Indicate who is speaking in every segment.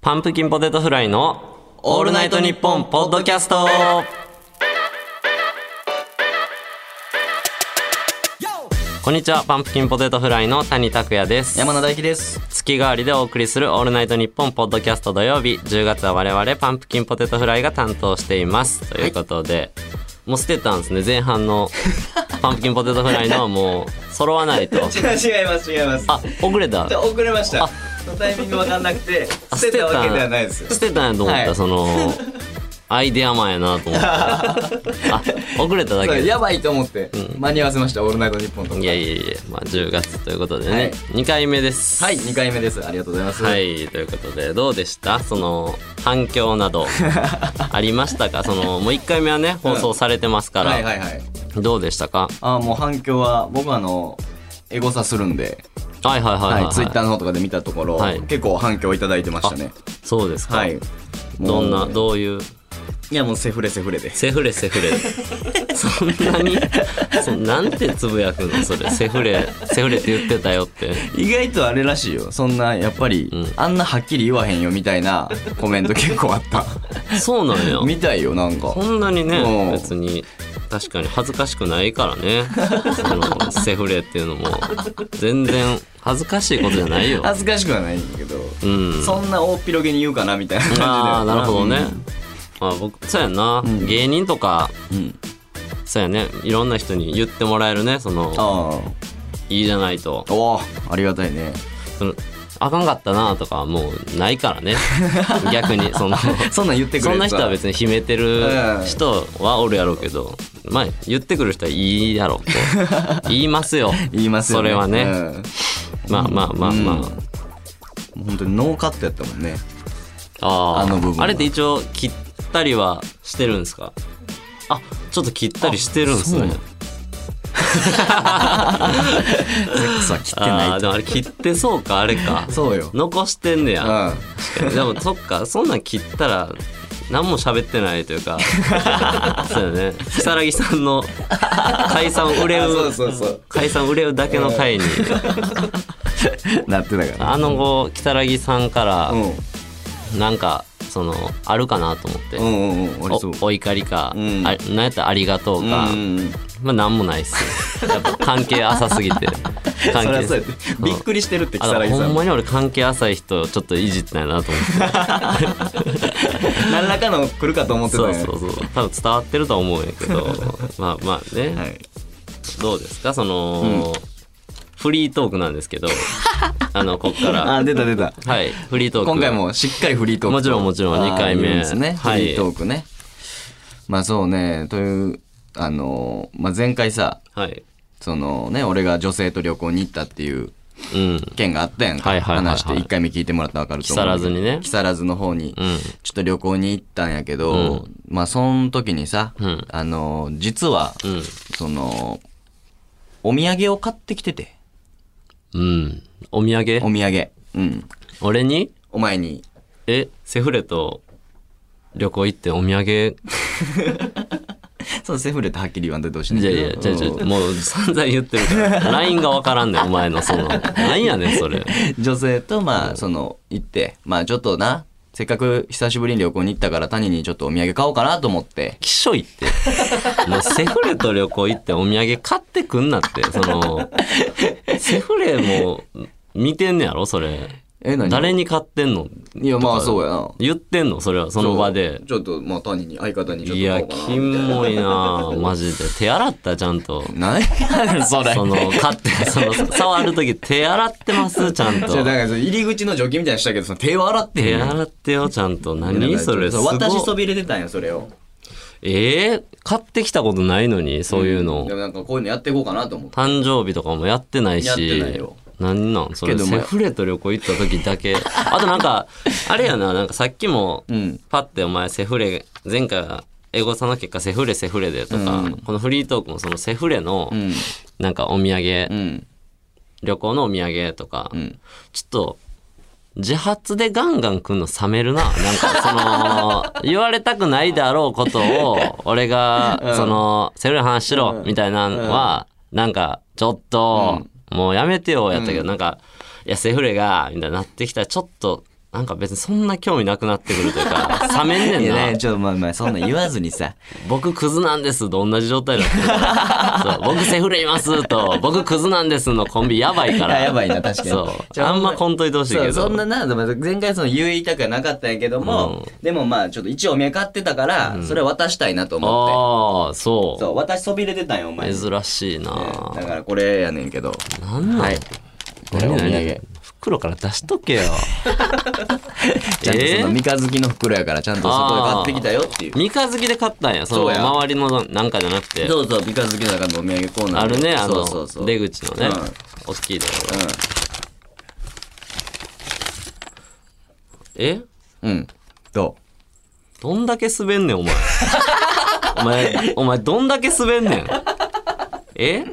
Speaker 1: パンプキンポテトフライのオールナイトニッポンポッドキャストこんにちはパンプキンポテトフライの谷拓也です
Speaker 2: 山名大輝です。
Speaker 1: 月替わりでお送りする「オールナイトニッポン」ポッドキャスト土曜日10月は我々パンプキンポテトフライが担当していますということで、もう捨てたんですね前半のパンプキンポテトフライのはもう揃わ ないと
Speaker 2: 違います違います。
Speaker 1: あ遅れた
Speaker 2: で遅れました
Speaker 1: あ。
Speaker 2: そのタイミングわかんなくて
Speaker 1: あ
Speaker 2: 捨てたわけではないですよ
Speaker 1: 捨。てたんやと思った、
Speaker 2: はい
Speaker 1: そのアイデアマンやなと思 ってあ遅れただ
Speaker 2: そ
Speaker 1: け
Speaker 2: う
Speaker 1: いや
Speaker 2: やばいと思って間に合わせました。オールナイトニッポンとか。
Speaker 1: いやいやいやまあ10月ということでね、
Speaker 2: はい
Speaker 1: 2回目です
Speaker 2: はい二回目です。ありがとうございます。
Speaker 1: は。い、ということで、どうでしたその、反響な ど、ありましたかその、もう1回目はね、放送されてますから、
Speaker 2: はいはいはい。
Speaker 1: どうでしたか
Speaker 2: あもう反響は僕あのエゴサするんで、
Speaker 1: はいはいはいは、
Speaker 2: はいいツイッターの方とかで見たところ、
Speaker 1: はい
Speaker 2: 結構反響いただいてましたね。
Speaker 1: そうですか、
Speaker 2: はい。
Speaker 1: どんな、
Speaker 2: もう
Speaker 1: どういう、
Speaker 2: いやもうセフレセフレで。
Speaker 1: セフレセフ レ。そんなにそなんてつぶやくのそれ、セフレ、セフレって言ってたよって。
Speaker 2: 意外とあれらしいよそんなやっぱり、
Speaker 1: ん
Speaker 2: あんなはっきり言わへんよみたいなコメント結構 あった
Speaker 1: そうなんや。
Speaker 2: みたいよなんか
Speaker 1: こんなに
Speaker 2: うん
Speaker 1: ね、別に、確かに恥ずかしくないからね。 その、セフレっていうのも、全然恥ずかしいことじゃないよ。
Speaker 2: 恥ずかしくはないんだけど、
Speaker 1: うん。
Speaker 2: そんな大っ広げに言うかなみたいな感じで
Speaker 1: ああなるほどね、まあ僕そうやな、
Speaker 2: ん
Speaker 1: 芸人とか
Speaker 2: うん、うん
Speaker 1: そうやねいろんな人に言ってもらえるねその
Speaker 2: あ
Speaker 1: いいじゃないと
Speaker 2: あおおありがたいね
Speaker 1: そのあかんかったなとかはもうないから ね逆にその
Speaker 2: そんなん言ってくれ
Speaker 1: そんな人は
Speaker 2: 別
Speaker 1: 別に秘めてる
Speaker 2: うん
Speaker 1: 人はおるやろうけど、まあ言ってくる人はいいやろう と言いますよ
Speaker 2: 言いますよ
Speaker 1: そ
Speaker 2: ね
Speaker 1: れはね
Speaker 2: うん
Speaker 1: まあまあまあまあ、
Speaker 2: うんもう本当にノーカットやったもんね
Speaker 1: あー
Speaker 2: あの部分は
Speaker 1: あれって一応切ったりはしてるんですかあちょっと切ったりしてるんです
Speaker 2: あそう
Speaker 1: ね
Speaker 2: なんさ切って
Speaker 1: あ
Speaker 2: な
Speaker 1: あ
Speaker 2: い
Speaker 1: でもあれ切ってそうかあれか
Speaker 2: とそうよ、
Speaker 1: 残してんね
Speaker 2: うん、
Speaker 1: や、でもそっかそんなん切ったら何も喋ってないという かそうよね如月さんの解散を売れ
Speaker 2: あ
Speaker 1: る
Speaker 2: そうそうそう
Speaker 1: 解散を売れるだけの回に
Speaker 2: なってたから
Speaker 1: あの後如月さんから
Speaker 2: うん
Speaker 1: なんかそのあるかなと思って、
Speaker 2: うんうんうんありそう
Speaker 1: おお怒りか、
Speaker 2: うん
Speaker 1: あなんやったらありがとう
Speaker 2: うん
Speaker 1: か、
Speaker 2: うんうん
Speaker 1: まあ何もないっすよやっぱ関係浅すぎて
Speaker 2: そ
Speaker 1: 関
Speaker 2: りゃ
Speaker 1: 係
Speaker 2: そうやってびっくりしてるって
Speaker 1: あ
Speaker 2: 如月
Speaker 1: ほ
Speaker 2: さん
Speaker 1: ん
Speaker 2: も
Speaker 1: まに俺関係浅い人ちょっといじってないなと 思って
Speaker 2: 何らかの来るかと思ってた
Speaker 1: そ
Speaker 2: ん
Speaker 1: う
Speaker 2: や
Speaker 1: そうそう多分伝わってるとは思うんやけ どまあまあね、
Speaker 2: はい
Speaker 1: どうですかその、フリートークなんです けどあのこっから
Speaker 2: あ出た出た
Speaker 1: はいフリートーク
Speaker 2: 今回もしっかりフリートーク
Speaker 1: もちろんもちろん二回目
Speaker 2: あーいいですね、
Speaker 1: はい
Speaker 2: フリートークねまあそうねというあのーまあ、前回さ
Speaker 1: はい
Speaker 2: そのね俺が女性と旅行に行ったっていう
Speaker 1: うん
Speaker 2: 件があったやんか、
Speaker 1: はいはいはいはい
Speaker 2: 話して1回目聞いてもらったら分かると思う
Speaker 1: 木更津にね
Speaker 2: 木更津の方に、
Speaker 1: うん
Speaker 2: ちょっと旅行に行ったんやけど、まあその時にさ、
Speaker 1: うん
Speaker 2: あのー実は、
Speaker 1: うん
Speaker 2: そのお土産を買ってきてて
Speaker 1: うんお土
Speaker 2: お
Speaker 1: 産
Speaker 2: 土産うん
Speaker 1: 俺に
Speaker 2: お前に
Speaker 1: えセフレと旅行行ってお土産
Speaker 2: そうセフレってはっきり言わんといてほしいねん
Speaker 1: じゃ
Speaker 2: け
Speaker 1: い
Speaker 2: ど
Speaker 1: やじゃじゃもう散々言ってるから LINE がわからんねんお前のそのなんやねんそれ
Speaker 2: 女性とまあその行ってまあちょっとなせっかく久しぶりに旅行に行ったから谷にちょっとお土産買おうかなと思って
Speaker 1: きしょいって。もうセフレと旅行行ってお土産買ってくんなって。その、セフレも見てんねやろそれ。
Speaker 2: え何
Speaker 1: 誰に買ってんの
Speaker 2: いやまあそうやな
Speaker 1: 言ってんのそれは、その場で。
Speaker 2: ちょっとまあ谷に相方にちょっ
Speaker 1: い
Speaker 2: と買
Speaker 1: や、
Speaker 2: おうかな
Speaker 1: キモいなマジで。手洗ったちゃんと。
Speaker 2: 何や ねんそれ
Speaker 1: その、買って、 その、触るとき手洗って ますちゃん
Speaker 2: じゃあ
Speaker 1: と
Speaker 2: だ。からその入り口の除菌みたいにしたけどその手を洗って
Speaker 1: 手
Speaker 2: んねん
Speaker 1: 洗ってよ、ちゃんと。何それ、す
Speaker 2: そう
Speaker 1: ごい
Speaker 2: 渡しそびれてたんやそれを
Speaker 1: ええ買ってきたことないのに、そういうの。
Speaker 2: でもなんかこういうのやっていこうかなと思って
Speaker 1: 誕生日とかもやってないし。
Speaker 2: やってないよ
Speaker 1: 何なんそれ
Speaker 2: けどま
Speaker 1: セ
Speaker 2: あ
Speaker 1: フレと旅行行った時だ け。あとなんか、あれやな、なんかさっきも、
Speaker 2: うん
Speaker 1: パってお前セフレ、前回はエゴサの結果セフレセフレでとか、
Speaker 2: うん
Speaker 1: このフリートークもそのセフレの
Speaker 2: う、ん
Speaker 1: なんかお土産、
Speaker 2: うん
Speaker 1: 旅行のお土産とか、
Speaker 2: うん
Speaker 1: ちょっと、自発でガンガン来んの冷めるな。なんかその、 言われたくないであろうこと を、俺が、その、セルの話しろ、みたいなのは、なんか、ちょっと、もうやめてよ、やったけど、なんか、いや、セフレが、みたいになってきたら、ちょっと、なんか別にそんな興味なくなってくるという か、冷めんねん
Speaker 2: いや
Speaker 1: な。
Speaker 2: ね、ちょっとまあまあ、そんなん言わず にさ。
Speaker 1: 僕クズなんですと同じ状態になってるから。そう僕セフレいますと、僕クズなんですのコンビやばいか
Speaker 2: あ
Speaker 1: ら。
Speaker 2: やばいな、確かに。
Speaker 1: そう。
Speaker 2: じゃ
Speaker 1: あんまこんといてほしい
Speaker 2: そ
Speaker 1: け
Speaker 2: う
Speaker 1: ど。
Speaker 2: そんなな、前回その言いたくはなかったんやけども、でもまあちょっと一応お土産買ってたから、それは渡したいなと思
Speaker 1: あ
Speaker 2: っ
Speaker 1: あ、
Speaker 2: て。
Speaker 1: そ
Speaker 2: そう、渡しそびれてたんよ、お前。
Speaker 1: う。
Speaker 2: ね
Speaker 1: 珍しいな。
Speaker 2: だからこれやねんけど。
Speaker 1: なんなん
Speaker 2: はい。これ
Speaker 1: 何
Speaker 2: お土産
Speaker 1: 々。袋から出しとけよ。
Speaker 2: ちゃんとその三日月の袋やから、ちゃんとそこで買ってきたよっていう。
Speaker 1: 三日月で買ったんや。そ
Speaker 2: そ
Speaker 1: の
Speaker 2: うや
Speaker 1: 周りのなんかじゃなくて。
Speaker 2: そうそう、三日月の中のお土産コーナー。
Speaker 1: あるね、あ
Speaker 2: そ
Speaker 1: の
Speaker 2: うそうそ、う。
Speaker 1: 出口のね
Speaker 2: うん。
Speaker 1: 大きいの。
Speaker 2: う
Speaker 1: え
Speaker 2: ん。うん。ど
Speaker 1: どんだけ滑んねん、お前。 お前、お前、どんだけ滑んねん。え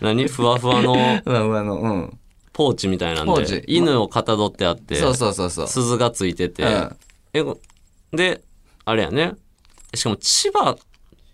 Speaker 1: 何ふわふわの
Speaker 2: ううわうわの、うん。
Speaker 1: ポーチみたいなん
Speaker 2: ポー
Speaker 1: で
Speaker 2: チ、
Speaker 1: 犬をかたどってあって、
Speaker 2: そうそうそうそう。
Speaker 1: 鈴がついてて
Speaker 2: うん、
Speaker 1: え、こで、あれやね。しかも、千葉、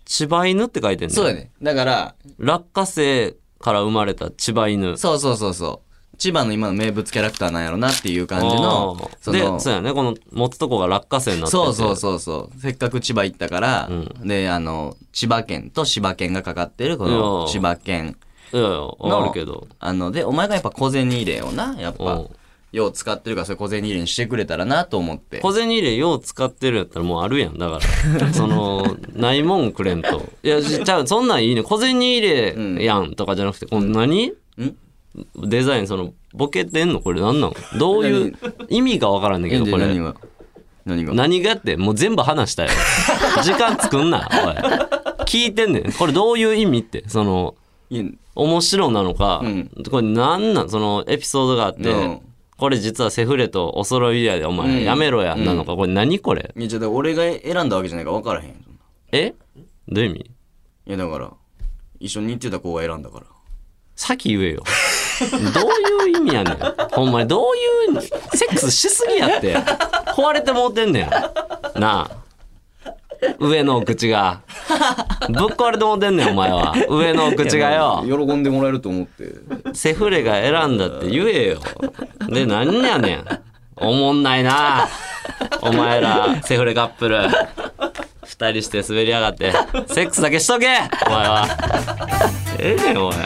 Speaker 1: 千葉犬って書いてん
Speaker 2: そう
Speaker 1: ね
Speaker 2: やね。だから、
Speaker 1: 落花生から生まれた千葉犬。
Speaker 2: そうそうそうそう。千葉の今の名物キャラクターなんやろなっていう感じの
Speaker 1: あー、
Speaker 2: そ
Speaker 1: で、
Speaker 2: の、
Speaker 1: そうやね。この持つとこが落花生になってて。
Speaker 2: そうそうそうそう。せっかく千葉行ったから、で、あの、千葉県と柴県がかかってる、こ
Speaker 1: う
Speaker 2: の
Speaker 1: ん
Speaker 2: 千葉県。
Speaker 1: いやいや、わかるけど。
Speaker 2: あの、で、お前がやっぱ小銭入れをな、やっ
Speaker 1: う
Speaker 2: ぱ
Speaker 1: ん、
Speaker 2: よう使ってるから、それ小銭入れにしてくれたらなと思って。
Speaker 1: 小銭入れよう使ってるやったらもうあるやん。だ から。その、ないもんくれんと。いや、じじゃあそんなんいいね。小銭入れやんとかじゃなくて、この何
Speaker 2: ん
Speaker 1: デザイン、その、ボケてんのこれ何なのどういう意味がわからんねんけど、
Speaker 2: で
Speaker 1: こ
Speaker 2: 何
Speaker 1: れ。
Speaker 2: が何が
Speaker 1: 何がって、もう全部話 したよ。時間作んな、おい。聞いてんねん。これどういう意味って、その、
Speaker 2: いや
Speaker 1: 面白なのか、
Speaker 2: うん
Speaker 1: これなんなんそのエピソードがあって、
Speaker 2: うん
Speaker 1: これ実はセフレとお揃いやでお前やめろや、なのかこれ何これ
Speaker 2: いや、ちょっと俺が選んだわけじゃないから分からへん。
Speaker 1: えどういう意味
Speaker 2: いや、だから、一緒に行ってた子が選んだから。
Speaker 1: 先言えよどういう意味やねんほんまにどういうセックスしすぎやって壊れてもうてんねんなあ上のお口がぶっ壊れてもうてんねんお前は上のお口がよ
Speaker 2: 喜んでもらえると思って。
Speaker 1: セフレが選んだって言えよ。で、何やねん。おもんないな。お前ら、セフレカップル。二人して滑りやがって。セックスだけしとけお前は。ええねん、お前。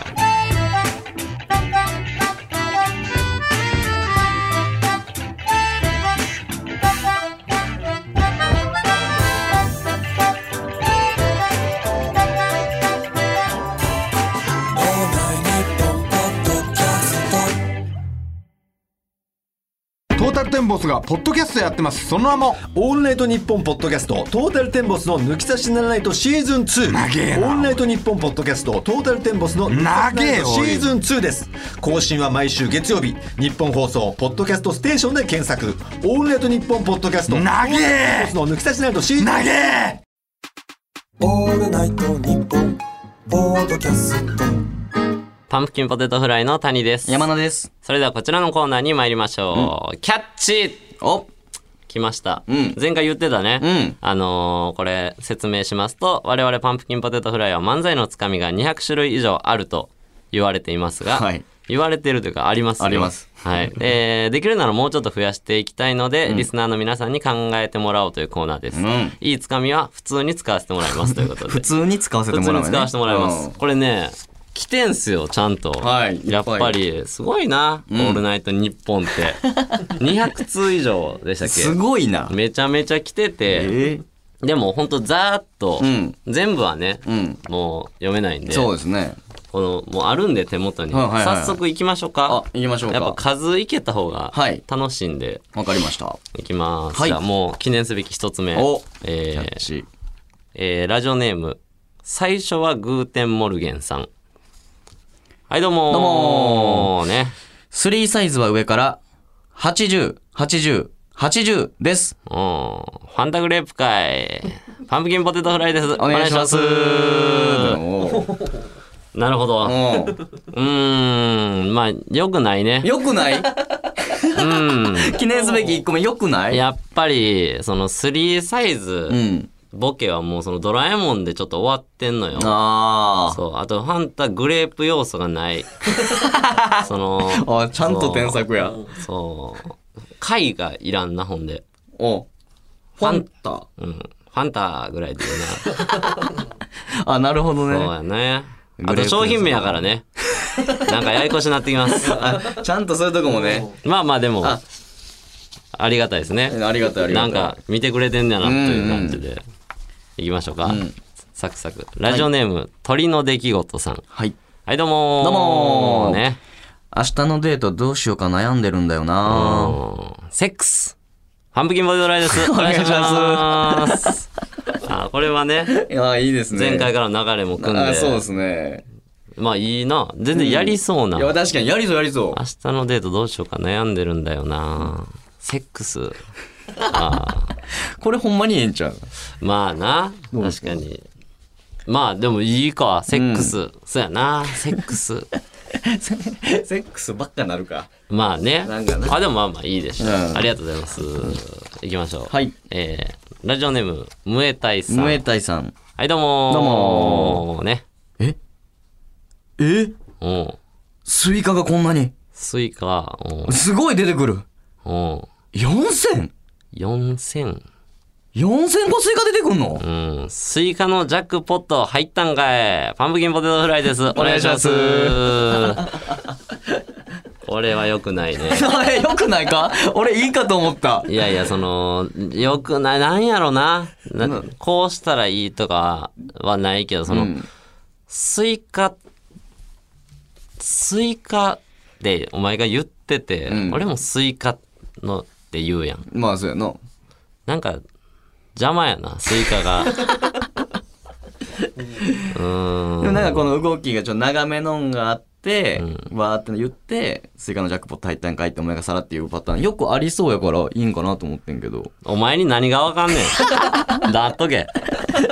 Speaker 3: トータルテンボスがポッドキャストやってますその名も
Speaker 4: オールナイトニッポンポッドキャストトータルテンボスの抜き差しならないとシーズン2
Speaker 3: 長えな
Speaker 4: オールナイトニッポンポッドキャストトータルテンボスの抜き差しならないとシーズン2です更新は毎週月曜日日本放送ポッドキャストステーションで検索オールナイトニッポンポッドキャスト
Speaker 3: 長え
Speaker 4: トータルテンボスの抜き差しならないとシーズン2
Speaker 3: 投げ
Speaker 5: オールナイトニッポンポードキャスト
Speaker 1: パンプキンポテトフライの谷です。
Speaker 2: 山野です。
Speaker 1: それではこちらのコーナーに参りましょう。キャッチ
Speaker 2: お
Speaker 1: 来ました、
Speaker 2: ん
Speaker 1: 前回言ってたね、
Speaker 2: うん
Speaker 1: あのーこれ説明しますと我々パンプキンポテトフライは漫才のつかみが200種類以上あると言われていますが、
Speaker 2: はい
Speaker 1: 言われているというかありますよ
Speaker 2: あります
Speaker 1: はい、えーできるならもうちょっと増やしていきたいので、リスナーの皆さんに考えてもらおうというコーナーです、
Speaker 2: ん
Speaker 1: いいつかみは普通に使わせてもらいますということで
Speaker 2: 普通に使わせて
Speaker 1: 普
Speaker 2: も
Speaker 1: 通
Speaker 2: らう
Speaker 1: に
Speaker 2: よね
Speaker 1: 使わせてもらいます、
Speaker 2: うん
Speaker 1: これね来てんすよちゃんと、
Speaker 2: はい
Speaker 1: やっぱりすごいな「オールナイトニッポン」って 200通以上でしたっけ
Speaker 2: すごいな。
Speaker 1: めちゃめちゃ来てて、
Speaker 2: え
Speaker 1: でもほんとざーっと、
Speaker 2: うん
Speaker 1: 全部はね、
Speaker 2: ん
Speaker 1: もう読めないんで、
Speaker 2: そうですね。
Speaker 1: この、もうあるんで手元に。
Speaker 2: はいはいはい
Speaker 1: 早速行きましょうか
Speaker 2: あ。、行きましょうか。
Speaker 1: やっぱ数いけた方が
Speaker 2: はい
Speaker 1: 楽しいんで、
Speaker 2: わかりました。
Speaker 1: いきます。
Speaker 2: はい
Speaker 1: じゃあもう記念すべき一つ目。
Speaker 2: お
Speaker 1: え
Speaker 2: キャ
Speaker 1: ー
Speaker 2: ッチ。
Speaker 1: えーラジオネーム、最初はグーテンモルゲンさん。はい、どうもー
Speaker 2: どうも
Speaker 1: ね。
Speaker 2: 3サイズは上から、80、80、80です。
Speaker 1: うん。ファンタグレープ 会。パンプキンポテトフライです。お
Speaker 2: お願いします。
Speaker 1: 願いしま
Speaker 2: おー
Speaker 1: すなるほど。う
Speaker 2: お
Speaker 1: ーん、まあ、良くないね
Speaker 2: ー。よくない記念すべき1個目よくない
Speaker 1: やっぱり、その3サイズ
Speaker 2: う、ん。
Speaker 1: ボケはもうそのドラえもんでちょっと終わってんのよ。
Speaker 2: あ
Speaker 1: そう。あと、ハンタグレープ 要素がない。その、
Speaker 2: あ。あ、ちゃんと添削や。
Speaker 1: そう。貝がいらんな、ほんで。
Speaker 2: お
Speaker 1: フ
Speaker 2: フ
Speaker 1: ァ
Speaker 2: ァ
Speaker 1: ン
Speaker 2: ンタ。
Speaker 1: うん。ファンタぐらいでいいな。
Speaker 2: あ、なるほ
Speaker 1: そ
Speaker 2: ど
Speaker 1: う
Speaker 2: ね。
Speaker 1: やね。
Speaker 2: グ
Speaker 1: あ
Speaker 2: レ
Speaker 1: と
Speaker 2: ープ
Speaker 1: 商品名やからね。なんかややこしになってき ます。
Speaker 2: あ、ちゃんとそういうとこもね。
Speaker 1: まあまあでも、
Speaker 2: あ
Speaker 1: ありがたいですね。
Speaker 2: ありがたいあり
Speaker 1: な
Speaker 2: がた
Speaker 1: ん
Speaker 2: い
Speaker 1: か見てくれてんだなと
Speaker 2: うんうん
Speaker 1: いう感じで。いきましょうか
Speaker 2: ん。
Speaker 1: サクサク。ラジオネーム、鳥の出来事さん。
Speaker 2: はい。
Speaker 1: はい、どうもー
Speaker 2: どうもー
Speaker 1: ね。
Speaker 2: 明日のデートどうしようか悩んでるんだよな
Speaker 1: うんセックス。ハンプキンボディドライ です。お願いします。あ、これはね、
Speaker 2: いや、いいですね。
Speaker 1: 前回からの流れも組ん
Speaker 2: あそうで
Speaker 1: で、
Speaker 2: すね。
Speaker 1: まあいいな。全然やりそうな。
Speaker 2: いや、
Speaker 1: 明
Speaker 2: 確かに、やりそうやりそう。
Speaker 1: 日のデートどうしようか悩んでるんだよな。セックス。
Speaker 2: これほんまにええんちゃう
Speaker 1: まあな、確かに。まあでもいいか、セックス。そうやな、セックス。
Speaker 2: セックスばっかなるか。
Speaker 1: まあね
Speaker 2: なんか。な
Speaker 1: あ、でもまあまあいいでしょう。
Speaker 2: うん
Speaker 1: ありがとうございます。行きましょう。
Speaker 2: はい。
Speaker 1: えー、ラジオネーム、ムエタイさん。
Speaker 2: ムエタイさん。
Speaker 1: はい、どうもー
Speaker 2: どうも
Speaker 1: ね。
Speaker 2: え
Speaker 1: うん。
Speaker 2: スイカがこんなに。
Speaker 1: スイカ、うん
Speaker 2: すごい出てくる。
Speaker 1: うん。
Speaker 2: 4000
Speaker 1: 4000。
Speaker 2: 4000個スイカ出てくんの
Speaker 1: うん。スイカのジャックポット入ったんかい。パンプキンポテトフライです。お願いします
Speaker 2: お。
Speaker 1: これは良くないね。
Speaker 2: あれ、よくないか俺いいかと思った。
Speaker 1: いやいや、その、良くない、なんやろなな。こうしたらいいとかはないけど、その、
Speaker 2: うん
Speaker 1: スイカ、スイカでお前が言ってて、
Speaker 2: うん
Speaker 1: 俺もスイカのって言うやん。
Speaker 2: まあ、そうやな。
Speaker 1: なんか、邪魔やな、スイカ が。う
Speaker 2: で
Speaker 1: ーん。
Speaker 2: もなんかこの動きがちょっと長めのんがあって、わーって言って、スイカのジャックポット入ったんかいってお前がさらっていうパターン、よくありそうやからいいんかなと思ってんけど。
Speaker 1: お前に何がわかんねん。 だっとけ。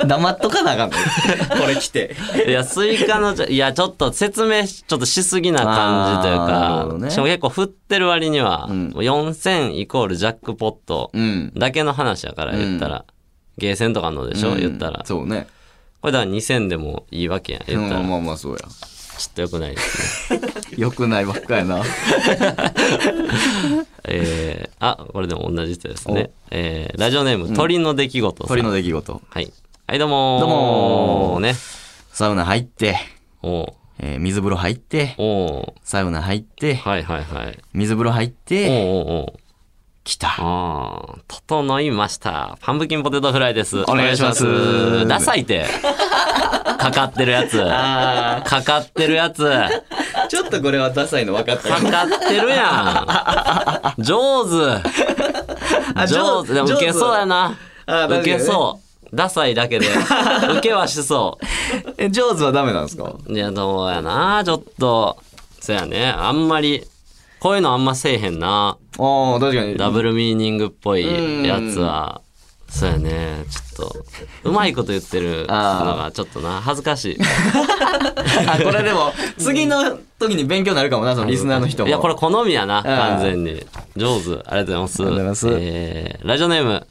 Speaker 2: 黙っとかなあかんの これ来て。
Speaker 1: いや、スイカのじゃ、いや、ちょっと説明し、ちょっとしすぎな感じという
Speaker 2: あーなるほど
Speaker 1: か、
Speaker 2: ね
Speaker 1: しかも結構振ってる割には、
Speaker 2: ん
Speaker 1: もう4000イコールジャックポット
Speaker 2: うん。
Speaker 1: だけの話やから、
Speaker 2: ん
Speaker 1: 言ったら。ゲーセンとかのでしょ、言ったら。
Speaker 2: そうね。
Speaker 1: これだから2000でもいいわけやん、言ったら。
Speaker 2: まあ
Speaker 1: ちょ
Speaker 2: まあまあそうや。
Speaker 1: っとよくない ですね。
Speaker 2: よくないばっか やな。
Speaker 1: えー、あ、これでも同じ人ですね。えー、ラジオネーム、鳥の出来事さん。
Speaker 2: 鳥の出来事。
Speaker 1: はい。はい、どうもー
Speaker 2: どうもー
Speaker 1: ね。
Speaker 2: サウナ入って、
Speaker 1: おう
Speaker 2: えー水風呂入って、
Speaker 1: おう
Speaker 2: サウナ入って、
Speaker 1: はいはいはい。
Speaker 2: 水風呂入っ
Speaker 1: おう
Speaker 2: て、
Speaker 1: おうおう
Speaker 2: 来た。
Speaker 1: ああ、整いました。パンプキンポテトフライです。お
Speaker 2: 願いします
Speaker 1: ダサい て。かかってるやつ。
Speaker 2: あ
Speaker 1: かかってるやつ。か
Speaker 2: ーちょっとこれはダサいの分かった。
Speaker 1: かってるやん。上手。上手。でも受けそうや
Speaker 2: な。
Speaker 1: な。
Speaker 2: あー
Speaker 1: 受けそう。ダサいだ けで。受けはしそう。
Speaker 2: え、上手はダメなんですか
Speaker 1: いや、どうやな、ちょっと。そやね、あんまり、こういうのあんませえへんな。
Speaker 2: ああ、確かに。
Speaker 1: ダブルミーニングっぽいやつは。そうやね、ちょっと、うまいこと言って るのがちょっとな、恥ずかしい。
Speaker 2: あ、これでも、次の時に勉強になるかもな、そのリスナーの人も。
Speaker 1: いや、これ好みやな、完全に。上手。ありがとうござい
Speaker 2: り
Speaker 1: ま
Speaker 2: が
Speaker 1: す。
Speaker 2: とうございます
Speaker 1: えーラジオネーム、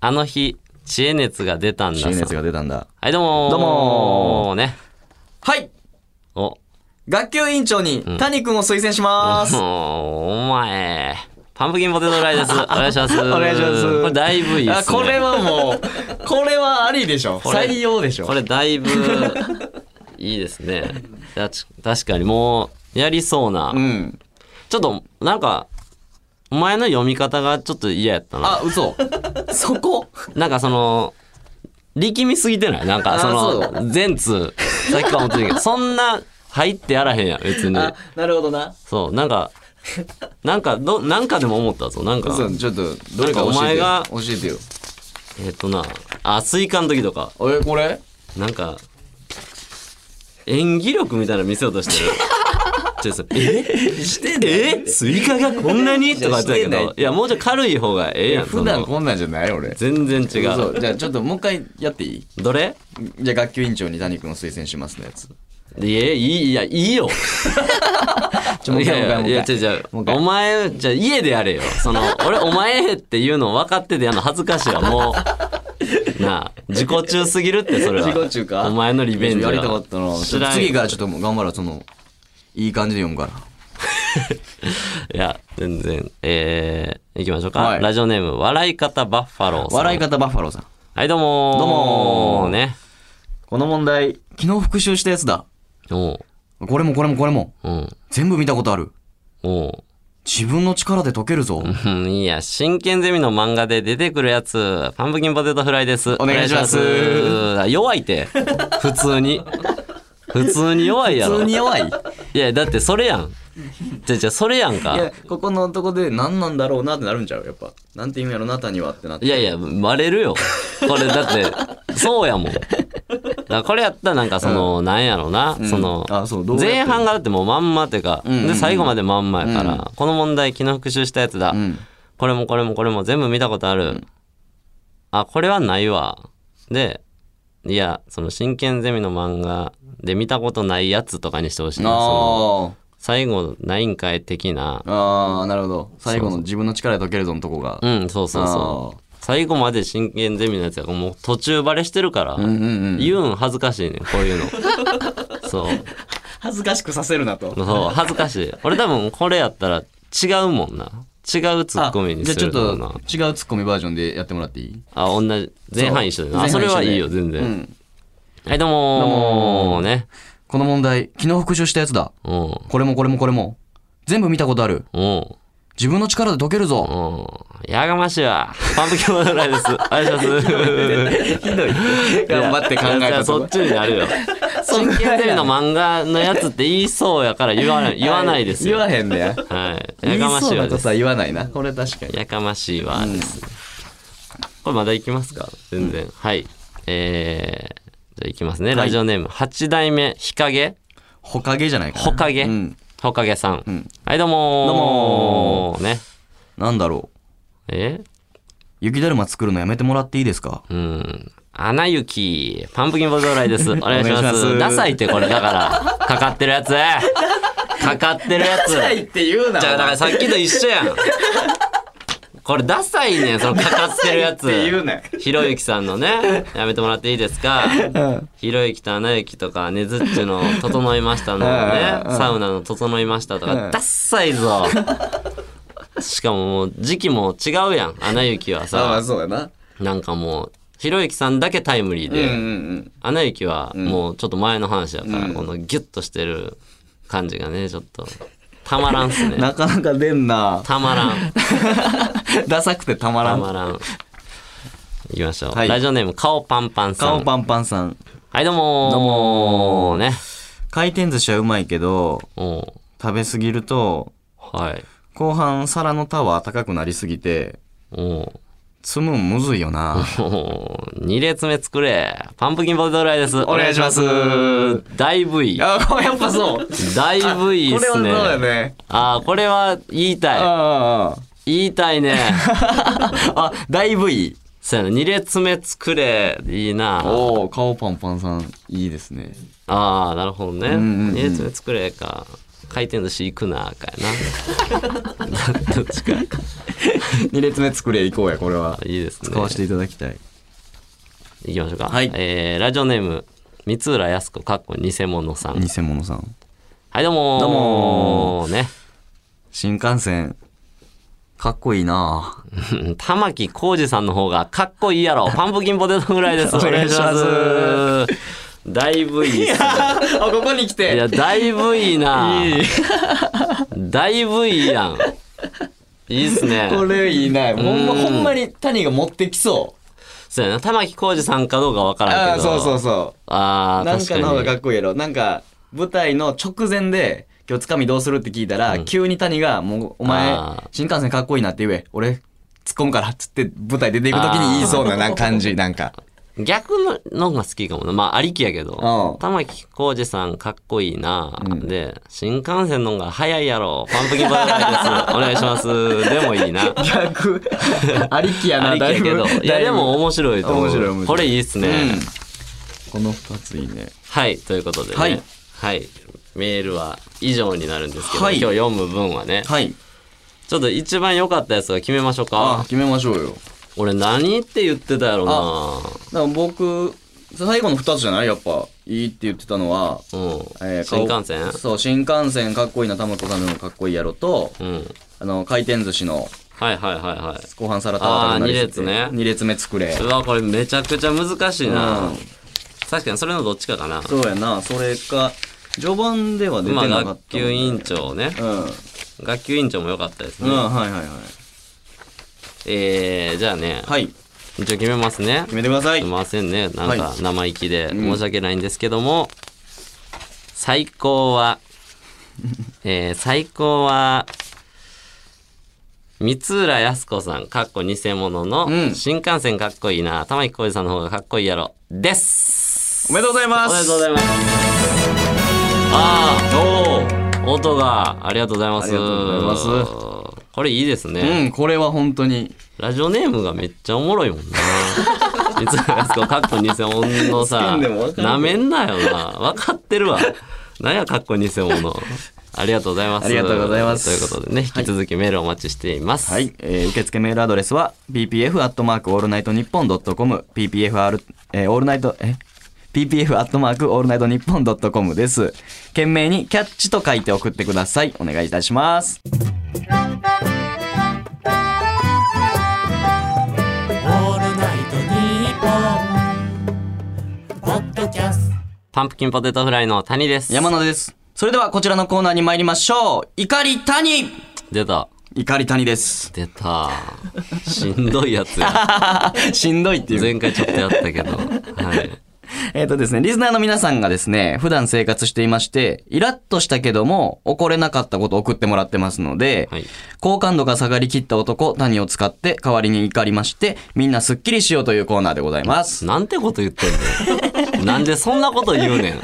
Speaker 1: あの日、知恵熱が出たんださ
Speaker 2: 新
Speaker 1: ん。
Speaker 2: 熱が出たんだ。
Speaker 1: はい、どうもー
Speaker 2: どうも
Speaker 1: ね。
Speaker 2: はい
Speaker 1: お、
Speaker 2: 学級委員長に、谷君を推薦しま す。
Speaker 1: お前、パンプキンポテトフライです。お願いします。お
Speaker 2: お願いします。
Speaker 1: これだいぶいいっ
Speaker 2: あ
Speaker 1: すね。
Speaker 2: これはもう、これはありでしょ。
Speaker 1: れ
Speaker 2: 採用でしょ。
Speaker 1: これだい ぶいいですね。たち確かにもう、やりそうな。
Speaker 2: うん。
Speaker 1: ちょっと、なんか、お前の読み方がちょっと嫌やったな。
Speaker 2: あ、嘘。そこ
Speaker 1: なんかその、力みすぎてないなんかそ
Speaker 2: あそ
Speaker 1: の、前通、さっきから思ってる けど、そんな入ってやらへんやん、別に。
Speaker 2: あ、なるほどな。
Speaker 1: そう、なんか、なんか、ど、なんかでも思ったぞ。なんか、
Speaker 2: 嘘、ちょっと、どれか教えてよ。
Speaker 1: お前が
Speaker 2: 教えてよ。
Speaker 1: えっとな、あ、スイカの時とか。
Speaker 2: え、これ
Speaker 1: なんか、演技力みたいなの見せようと してる。ちょっとそれえ
Speaker 2: して
Speaker 1: えスイカがこんなにとか言ってたけ
Speaker 2: いやしてないっ
Speaker 1: ど、いや、もうちょい軽い方がええやん。
Speaker 2: 普段
Speaker 1: その
Speaker 2: こんなんじゃない俺。
Speaker 1: 全然違。
Speaker 2: そうう。じゃあちょっともう一回やっていい
Speaker 1: どれ
Speaker 2: じゃあ学級委員長に谷君を推薦しますのやつ。
Speaker 1: いや、いい、いや、いいよ。
Speaker 2: ちょもう
Speaker 1: い
Speaker 2: 一回
Speaker 1: やいや、い
Speaker 2: もう
Speaker 1: や、
Speaker 2: 一回
Speaker 1: 違う違う
Speaker 2: もう一回
Speaker 1: お前、じゃあ家でやれよ。その、俺、お前っていうの分かっててやんの恥ずかしいわ、も う。なあ、自己中すぎるって、それは。
Speaker 2: 自己中か
Speaker 1: お前のリベンジは
Speaker 2: やりたかったな。
Speaker 1: 知らんよ
Speaker 2: 次からちょっともう頑張ろう。その、いい感じで読むから。
Speaker 1: いや、全然。えー、行きましょうか。
Speaker 2: はい
Speaker 1: ラジオネーム、笑い方バッファローさん。
Speaker 2: 笑い方バッファローさん。
Speaker 1: はい、どうもー
Speaker 2: どうもー
Speaker 1: ね。
Speaker 2: この問題、昨日復習したやつだ。
Speaker 1: お
Speaker 2: これもこれもこれも。
Speaker 1: う、うん、
Speaker 2: 全部見たことある。
Speaker 1: おう。
Speaker 2: 自分の力で解けるぞ。
Speaker 1: うんいや、真剣ゼミの漫画で出てくるやつ、パンプキンポテトフライです。
Speaker 2: お願いします
Speaker 1: お願いします弱いって、普通に。普通に弱いやろ。
Speaker 2: 普通に弱い。
Speaker 1: い
Speaker 2: い
Speaker 1: や、だってそれやん。じゃじゃそれやんか。
Speaker 2: や、ここのとこで何なんだろうなってなるんちゃうやっぱ。なんて意味やろな、谷はってなって。
Speaker 1: いやいや、バレるよ。これだって、そうやもん。だからこれやったらなんかその、なんやろうな、その
Speaker 2: あそうどうやって
Speaker 1: 前半がだってもうまんまっていうか、
Speaker 2: んうんうん
Speaker 1: で最後までまんまやから、この問題昨日復習したやつだ、
Speaker 2: ん
Speaker 1: これもこれもこれも全部見たことある、あこれはないわでいやその真剣ゼミの漫画で見たことないやつとかにしてほしいなその
Speaker 2: あ
Speaker 1: 最後ないんかい的な
Speaker 2: あ。ああ、なるほど。最後の自分の力で解けるぞのとこが。
Speaker 1: うんそうそうそう最後まで真剣ゼミのやつがもう途中バレしてるから、
Speaker 2: うんうんうん。
Speaker 1: 言うん恥ずかしいねんこういうの そう
Speaker 2: 恥ずかしくさせるなと。
Speaker 1: そう恥ずかしい俺多分これやったら違うもんな違うツッコミに
Speaker 2: じゃあ
Speaker 1: す
Speaker 2: ちょ
Speaker 1: る
Speaker 2: っ
Speaker 1: と
Speaker 2: と
Speaker 1: 思うな
Speaker 2: 違うツッコミバージョンでやってもらっていい
Speaker 1: あ同じ前半一緒だなあそ
Speaker 2: 前半
Speaker 1: れ
Speaker 2: 一緒で
Speaker 1: はいいよ全
Speaker 2: う
Speaker 1: 然、
Speaker 2: ん。
Speaker 1: はいどうもー
Speaker 2: どうも
Speaker 1: ね
Speaker 2: この問題、昨日復習したやつだ。
Speaker 1: うん
Speaker 2: これもこれもこれも。全部見たことある。
Speaker 1: うん
Speaker 2: 自分の力で解けるぞ。
Speaker 1: うんやがましいわパンプキンモノライですお願いします
Speaker 2: ひどい。 頑張って考え
Speaker 1: いや
Speaker 2: た
Speaker 1: そっちになるよ真剣ゼミの漫画のやつって言いそうやから言わない言わないですよ
Speaker 2: 言わへんねや。
Speaker 1: はいや
Speaker 2: 言い
Speaker 1: がまし
Speaker 2: そう
Speaker 1: いわ
Speaker 2: な
Speaker 1: で
Speaker 2: こ
Speaker 1: す
Speaker 2: とは言わないな。これ確かに。
Speaker 1: やかましいわです、ねこれまだいきますか全然、はいえー、じゃあいきますね、ラジオネーム八代目日陰
Speaker 2: ほかげじゃないかな。
Speaker 1: ほかげ
Speaker 2: うん。
Speaker 1: ほかげさん、
Speaker 2: ん
Speaker 1: はいどうもー
Speaker 2: どうも
Speaker 1: ね
Speaker 2: なんだろう。
Speaker 1: え
Speaker 2: 雪だるま作るのやめてもらっていいですか
Speaker 1: うん穴ゆきパンプキンボドライです お願いします
Speaker 2: お願いします
Speaker 1: ダサいってこれだからかかってるやつかかってるやつ
Speaker 2: って言うな
Speaker 1: じゃあだからさっきと一緒やんこれダサいねんそのかかってるやつ
Speaker 2: な。
Speaker 1: ひろゆきさんのね、やめてもらっていいですか。ひろゆきと穴ゆきとか、ねずっちの整いましたのね、サウナの整いましたとか、ダッサいぞ。しかももう時期も違うやん、穴ゆきは
Speaker 2: あ
Speaker 1: さ
Speaker 2: あ、。そうやな。
Speaker 1: なんかもう、ひろゆきさんだけタイムリー
Speaker 2: うんう
Speaker 1: で、
Speaker 2: ん
Speaker 1: 穴ゆきはもうちょっと前の話やから、このギュッとしてる感じがね、ちょっと、たまらんっす
Speaker 2: うん。
Speaker 1: ね。
Speaker 2: なかなか出ん な。
Speaker 1: たまらん。
Speaker 2: ダサくてたまら
Speaker 1: た
Speaker 2: ん。
Speaker 1: まらん。いきましょう。
Speaker 2: はい
Speaker 1: ラジオネーム、顔パンパンさん。
Speaker 2: 顔パンパンさん。
Speaker 1: はい、どうもー。
Speaker 2: どうもー
Speaker 1: ね。
Speaker 2: 回転寿司はうまいけど、
Speaker 1: おう
Speaker 2: 食べ過ぎると、
Speaker 1: はい。
Speaker 2: 後半皿のタワー高くなりすぎて、
Speaker 1: おう
Speaker 2: 積むんむずいよな。
Speaker 1: おう 二列目作れ。パンプキンポテトフライです。お
Speaker 2: 願いします
Speaker 1: だいぶいい。
Speaker 2: あ、これやっぱそう。
Speaker 1: だいぶいいっ
Speaker 2: これ
Speaker 1: す
Speaker 2: はそう
Speaker 1: ね。
Speaker 2: だよね。
Speaker 1: あーこれは言いたい。
Speaker 2: あ
Speaker 1: 言いたい ね。
Speaker 2: あ、ああ、だいぶいい。
Speaker 1: そうやな、二列目作れ。いいな。
Speaker 2: おお、顔パンパンさん、いいですね。
Speaker 1: ああ、なるほどね。
Speaker 2: んうんうん
Speaker 1: 二列目作れか。回転寿司行くな、かやな。どっちか。
Speaker 2: 2列目作れ、行こうや、これは。
Speaker 1: いいですね。
Speaker 2: 使わせていただきたい。
Speaker 1: いきましょうか。
Speaker 2: はい
Speaker 1: えーラジオネーム、三浦靖子、かっこ偽物さん。
Speaker 2: 偽物さん。
Speaker 1: はい、どうもー。
Speaker 2: どうも
Speaker 1: ね。
Speaker 2: 新幹線、かっこいい な
Speaker 1: うん玉木浩二さんの方がかっこいいや ろ。パンプキンポテトフライです。お
Speaker 2: お
Speaker 1: 願
Speaker 2: 願
Speaker 1: い
Speaker 2: い
Speaker 1: し
Speaker 2: し
Speaker 1: ま
Speaker 2: ます
Speaker 1: す。だいぶいいっすね。
Speaker 2: あ、ここに来
Speaker 1: い
Speaker 2: て。
Speaker 1: や、だいぶいいな。だいぶいいやん。いいっすね。
Speaker 2: これいいな。ほんま、ほんまに谷が持ってきそう。
Speaker 1: そうやな。玉置浩二さんかどうかわからん
Speaker 2: あ
Speaker 1: け
Speaker 2: あ、
Speaker 1: ど。
Speaker 2: そうそうそ
Speaker 1: あ
Speaker 2: う。
Speaker 1: ー
Speaker 2: なんかの方
Speaker 1: 確か
Speaker 2: がか
Speaker 1: に。
Speaker 2: っこいいやろ。なんか、舞台の直前で、今日つかみどうするって聞いたら、急に谷が、もう、お前
Speaker 1: あー、
Speaker 2: 新幹線かっこいいなって言え。俺、突っ込むから、つって舞台出ていくときに言いそうななんか感 じ、なんか。
Speaker 1: 逆ののが好きかもな。まあ、ありきやけど
Speaker 2: う。ん
Speaker 1: 玉置浩二さんかっこいいな。で、新幹線の方が早いやろ。パンプキンポテトフライです。お願いします。でもいいな。
Speaker 2: 逆 ありきや
Speaker 1: あ
Speaker 2: な
Speaker 1: りき
Speaker 2: だ
Speaker 1: や
Speaker 2: いぶ
Speaker 1: けど。いや、
Speaker 2: だいぶ
Speaker 1: でも面白いと思う。
Speaker 2: 面白い面白い
Speaker 1: これいいっすね。
Speaker 2: うんこの二ついいね
Speaker 1: はい、ということでね。は
Speaker 2: はいい。
Speaker 1: メールは以上になるんですけど、
Speaker 2: はい
Speaker 1: 今日読む分はね。
Speaker 2: はい
Speaker 1: ちょっと一番良かったやつが決めましょう
Speaker 2: あ
Speaker 1: か。
Speaker 2: 決めましょうよ
Speaker 1: 俺何って言ってたやろ
Speaker 2: だから僕最後の2つじゃないやっぱいいって言ってたのは、
Speaker 1: うん
Speaker 2: えー
Speaker 1: 新幹線
Speaker 2: 顔そう新幹線かっこいいな玉子さんのかっこいいやろと、
Speaker 1: うん。
Speaker 2: あの回転寿司の
Speaker 1: はいはいはいは
Speaker 2: 後半皿たわたわになりすぎて
Speaker 1: あー二列ね
Speaker 2: 二列目作れ
Speaker 1: い。うわ、これめちゃくちゃ難しいな。
Speaker 2: うん
Speaker 1: 確かにそれのどっちかかな。
Speaker 2: そうやなそれか序盤では出て
Speaker 1: まあ、
Speaker 2: なかったもん
Speaker 1: 学級委員長ね。
Speaker 2: うん、
Speaker 1: 学級委員長も良かったです
Speaker 2: う
Speaker 1: ね。
Speaker 2: ん、はいはいはい
Speaker 1: えー、じゃあね、
Speaker 2: はい
Speaker 1: 一応決めますね。
Speaker 2: 決めてください
Speaker 1: すいませんね。なんか
Speaker 2: は
Speaker 1: 生意気で
Speaker 2: ん
Speaker 1: 申し訳ないんですけども、最高は、えー最高は、三浦靖子さん、かっこ偽物
Speaker 2: う
Speaker 1: の、
Speaker 2: ん
Speaker 1: 新幹線かっこいいな、玉置浩二さんの方がかっこいいやろ、です。
Speaker 2: おめでとうございます
Speaker 1: おめでとうございます。ああ、音が、ありがとうございます。
Speaker 2: ありがとうござい
Speaker 1: これいいですね。
Speaker 2: うんこれは本当に
Speaker 1: ラジオネームがめっちゃおもろいもんな。三 浦靖子かっこ偽物の
Speaker 2: 好き
Speaker 1: さ、
Speaker 2: んでもわかる
Speaker 1: なめんなよな。分かってるわ。なんやかっこ偽物。ありがとうございます。
Speaker 2: ありがとうございます
Speaker 1: ということでね、引き続きメールお待ちしています。
Speaker 2: はい、えー受付メールアドレスは ppf アットマークオールナイトニッポンドットコム ppf アルえーオールナイトえ ppf アットマークオールナイトニッポンドットコムです。懸命にキャッチと書いて送ってください。お願いいたします。
Speaker 5: オールナイトニッポン」ポッドキャスト
Speaker 1: パンプキンポテトフライの谷です。
Speaker 2: 山野です。それではこちらのコーナーに参りましょう。怒り谷
Speaker 1: 出た。
Speaker 2: 怒り谷です。
Speaker 1: 出た。しんどいやつや。
Speaker 2: しんどいっていう。
Speaker 1: 前回ちょっとやったけど。はい。
Speaker 2: えっ、とですね、リスナーの皆さんがですね、普段生活していまして、イラッとしたけども、怒れなかったことを送ってもらってますので、
Speaker 1: はい
Speaker 2: 好感度が下がりきった男、谷を使って代わりに怒りまして、みんなスッキリしようというコーナーでございます。
Speaker 1: なんてこと言ってんねん。なんでそんなこと言うねん。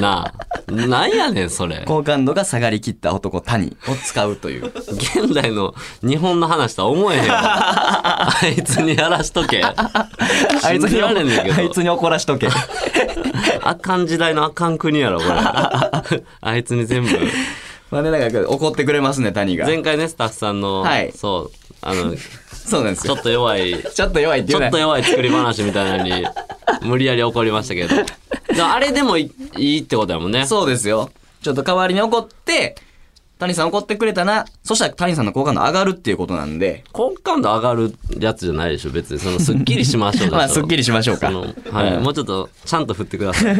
Speaker 1: なあ。なんやねん、それ。
Speaker 2: 好感度が下がりきった男、谷を使うと いう。
Speaker 1: 現代の日本の話とは思えへんわ あいつにやらしとけ。
Speaker 2: あいつ
Speaker 1: 信じ
Speaker 2: に、
Speaker 1: られんねんけど
Speaker 2: あいつに怒らしとけ。
Speaker 1: あかん時代のあかん国やろ、これ。 あいつに全部。
Speaker 2: まあね、なんか怒ってくれますね、谷が。
Speaker 1: 前回ね、スタッフさんの、
Speaker 2: はい
Speaker 1: そう、あの、
Speaker 2: そうなんです
Speaker 1: ちょ
Speaker 2: よ。
Speaker 1: っと弱い、
Speaker 2: ちょっと弱いって
Speaker 1: ち
Speaker 2: 言う
Speaker 1: ょ
Speaker 2: ね
Speaker 1: っと弱い作り話みたいなのに、無理やり怒りましたけど。でもあれでもいいいってことやもんね。
Speaker 2: そうですよ。ちょっと代わりに怒って、谷さん怒ってくれたな。そしたら谷さんの好感度上がるっていうことなんで。
Speaker 1: 好感度上がるやつじゃないでしょ、別に。その、すっきりしましょうでしょ
Speaker 2: まあ、すっきりしましょうか。
Speaker 1: そのはい、
Speaker 2: うん
Speaker 1: もうちょっと、ちゃんと振ってください。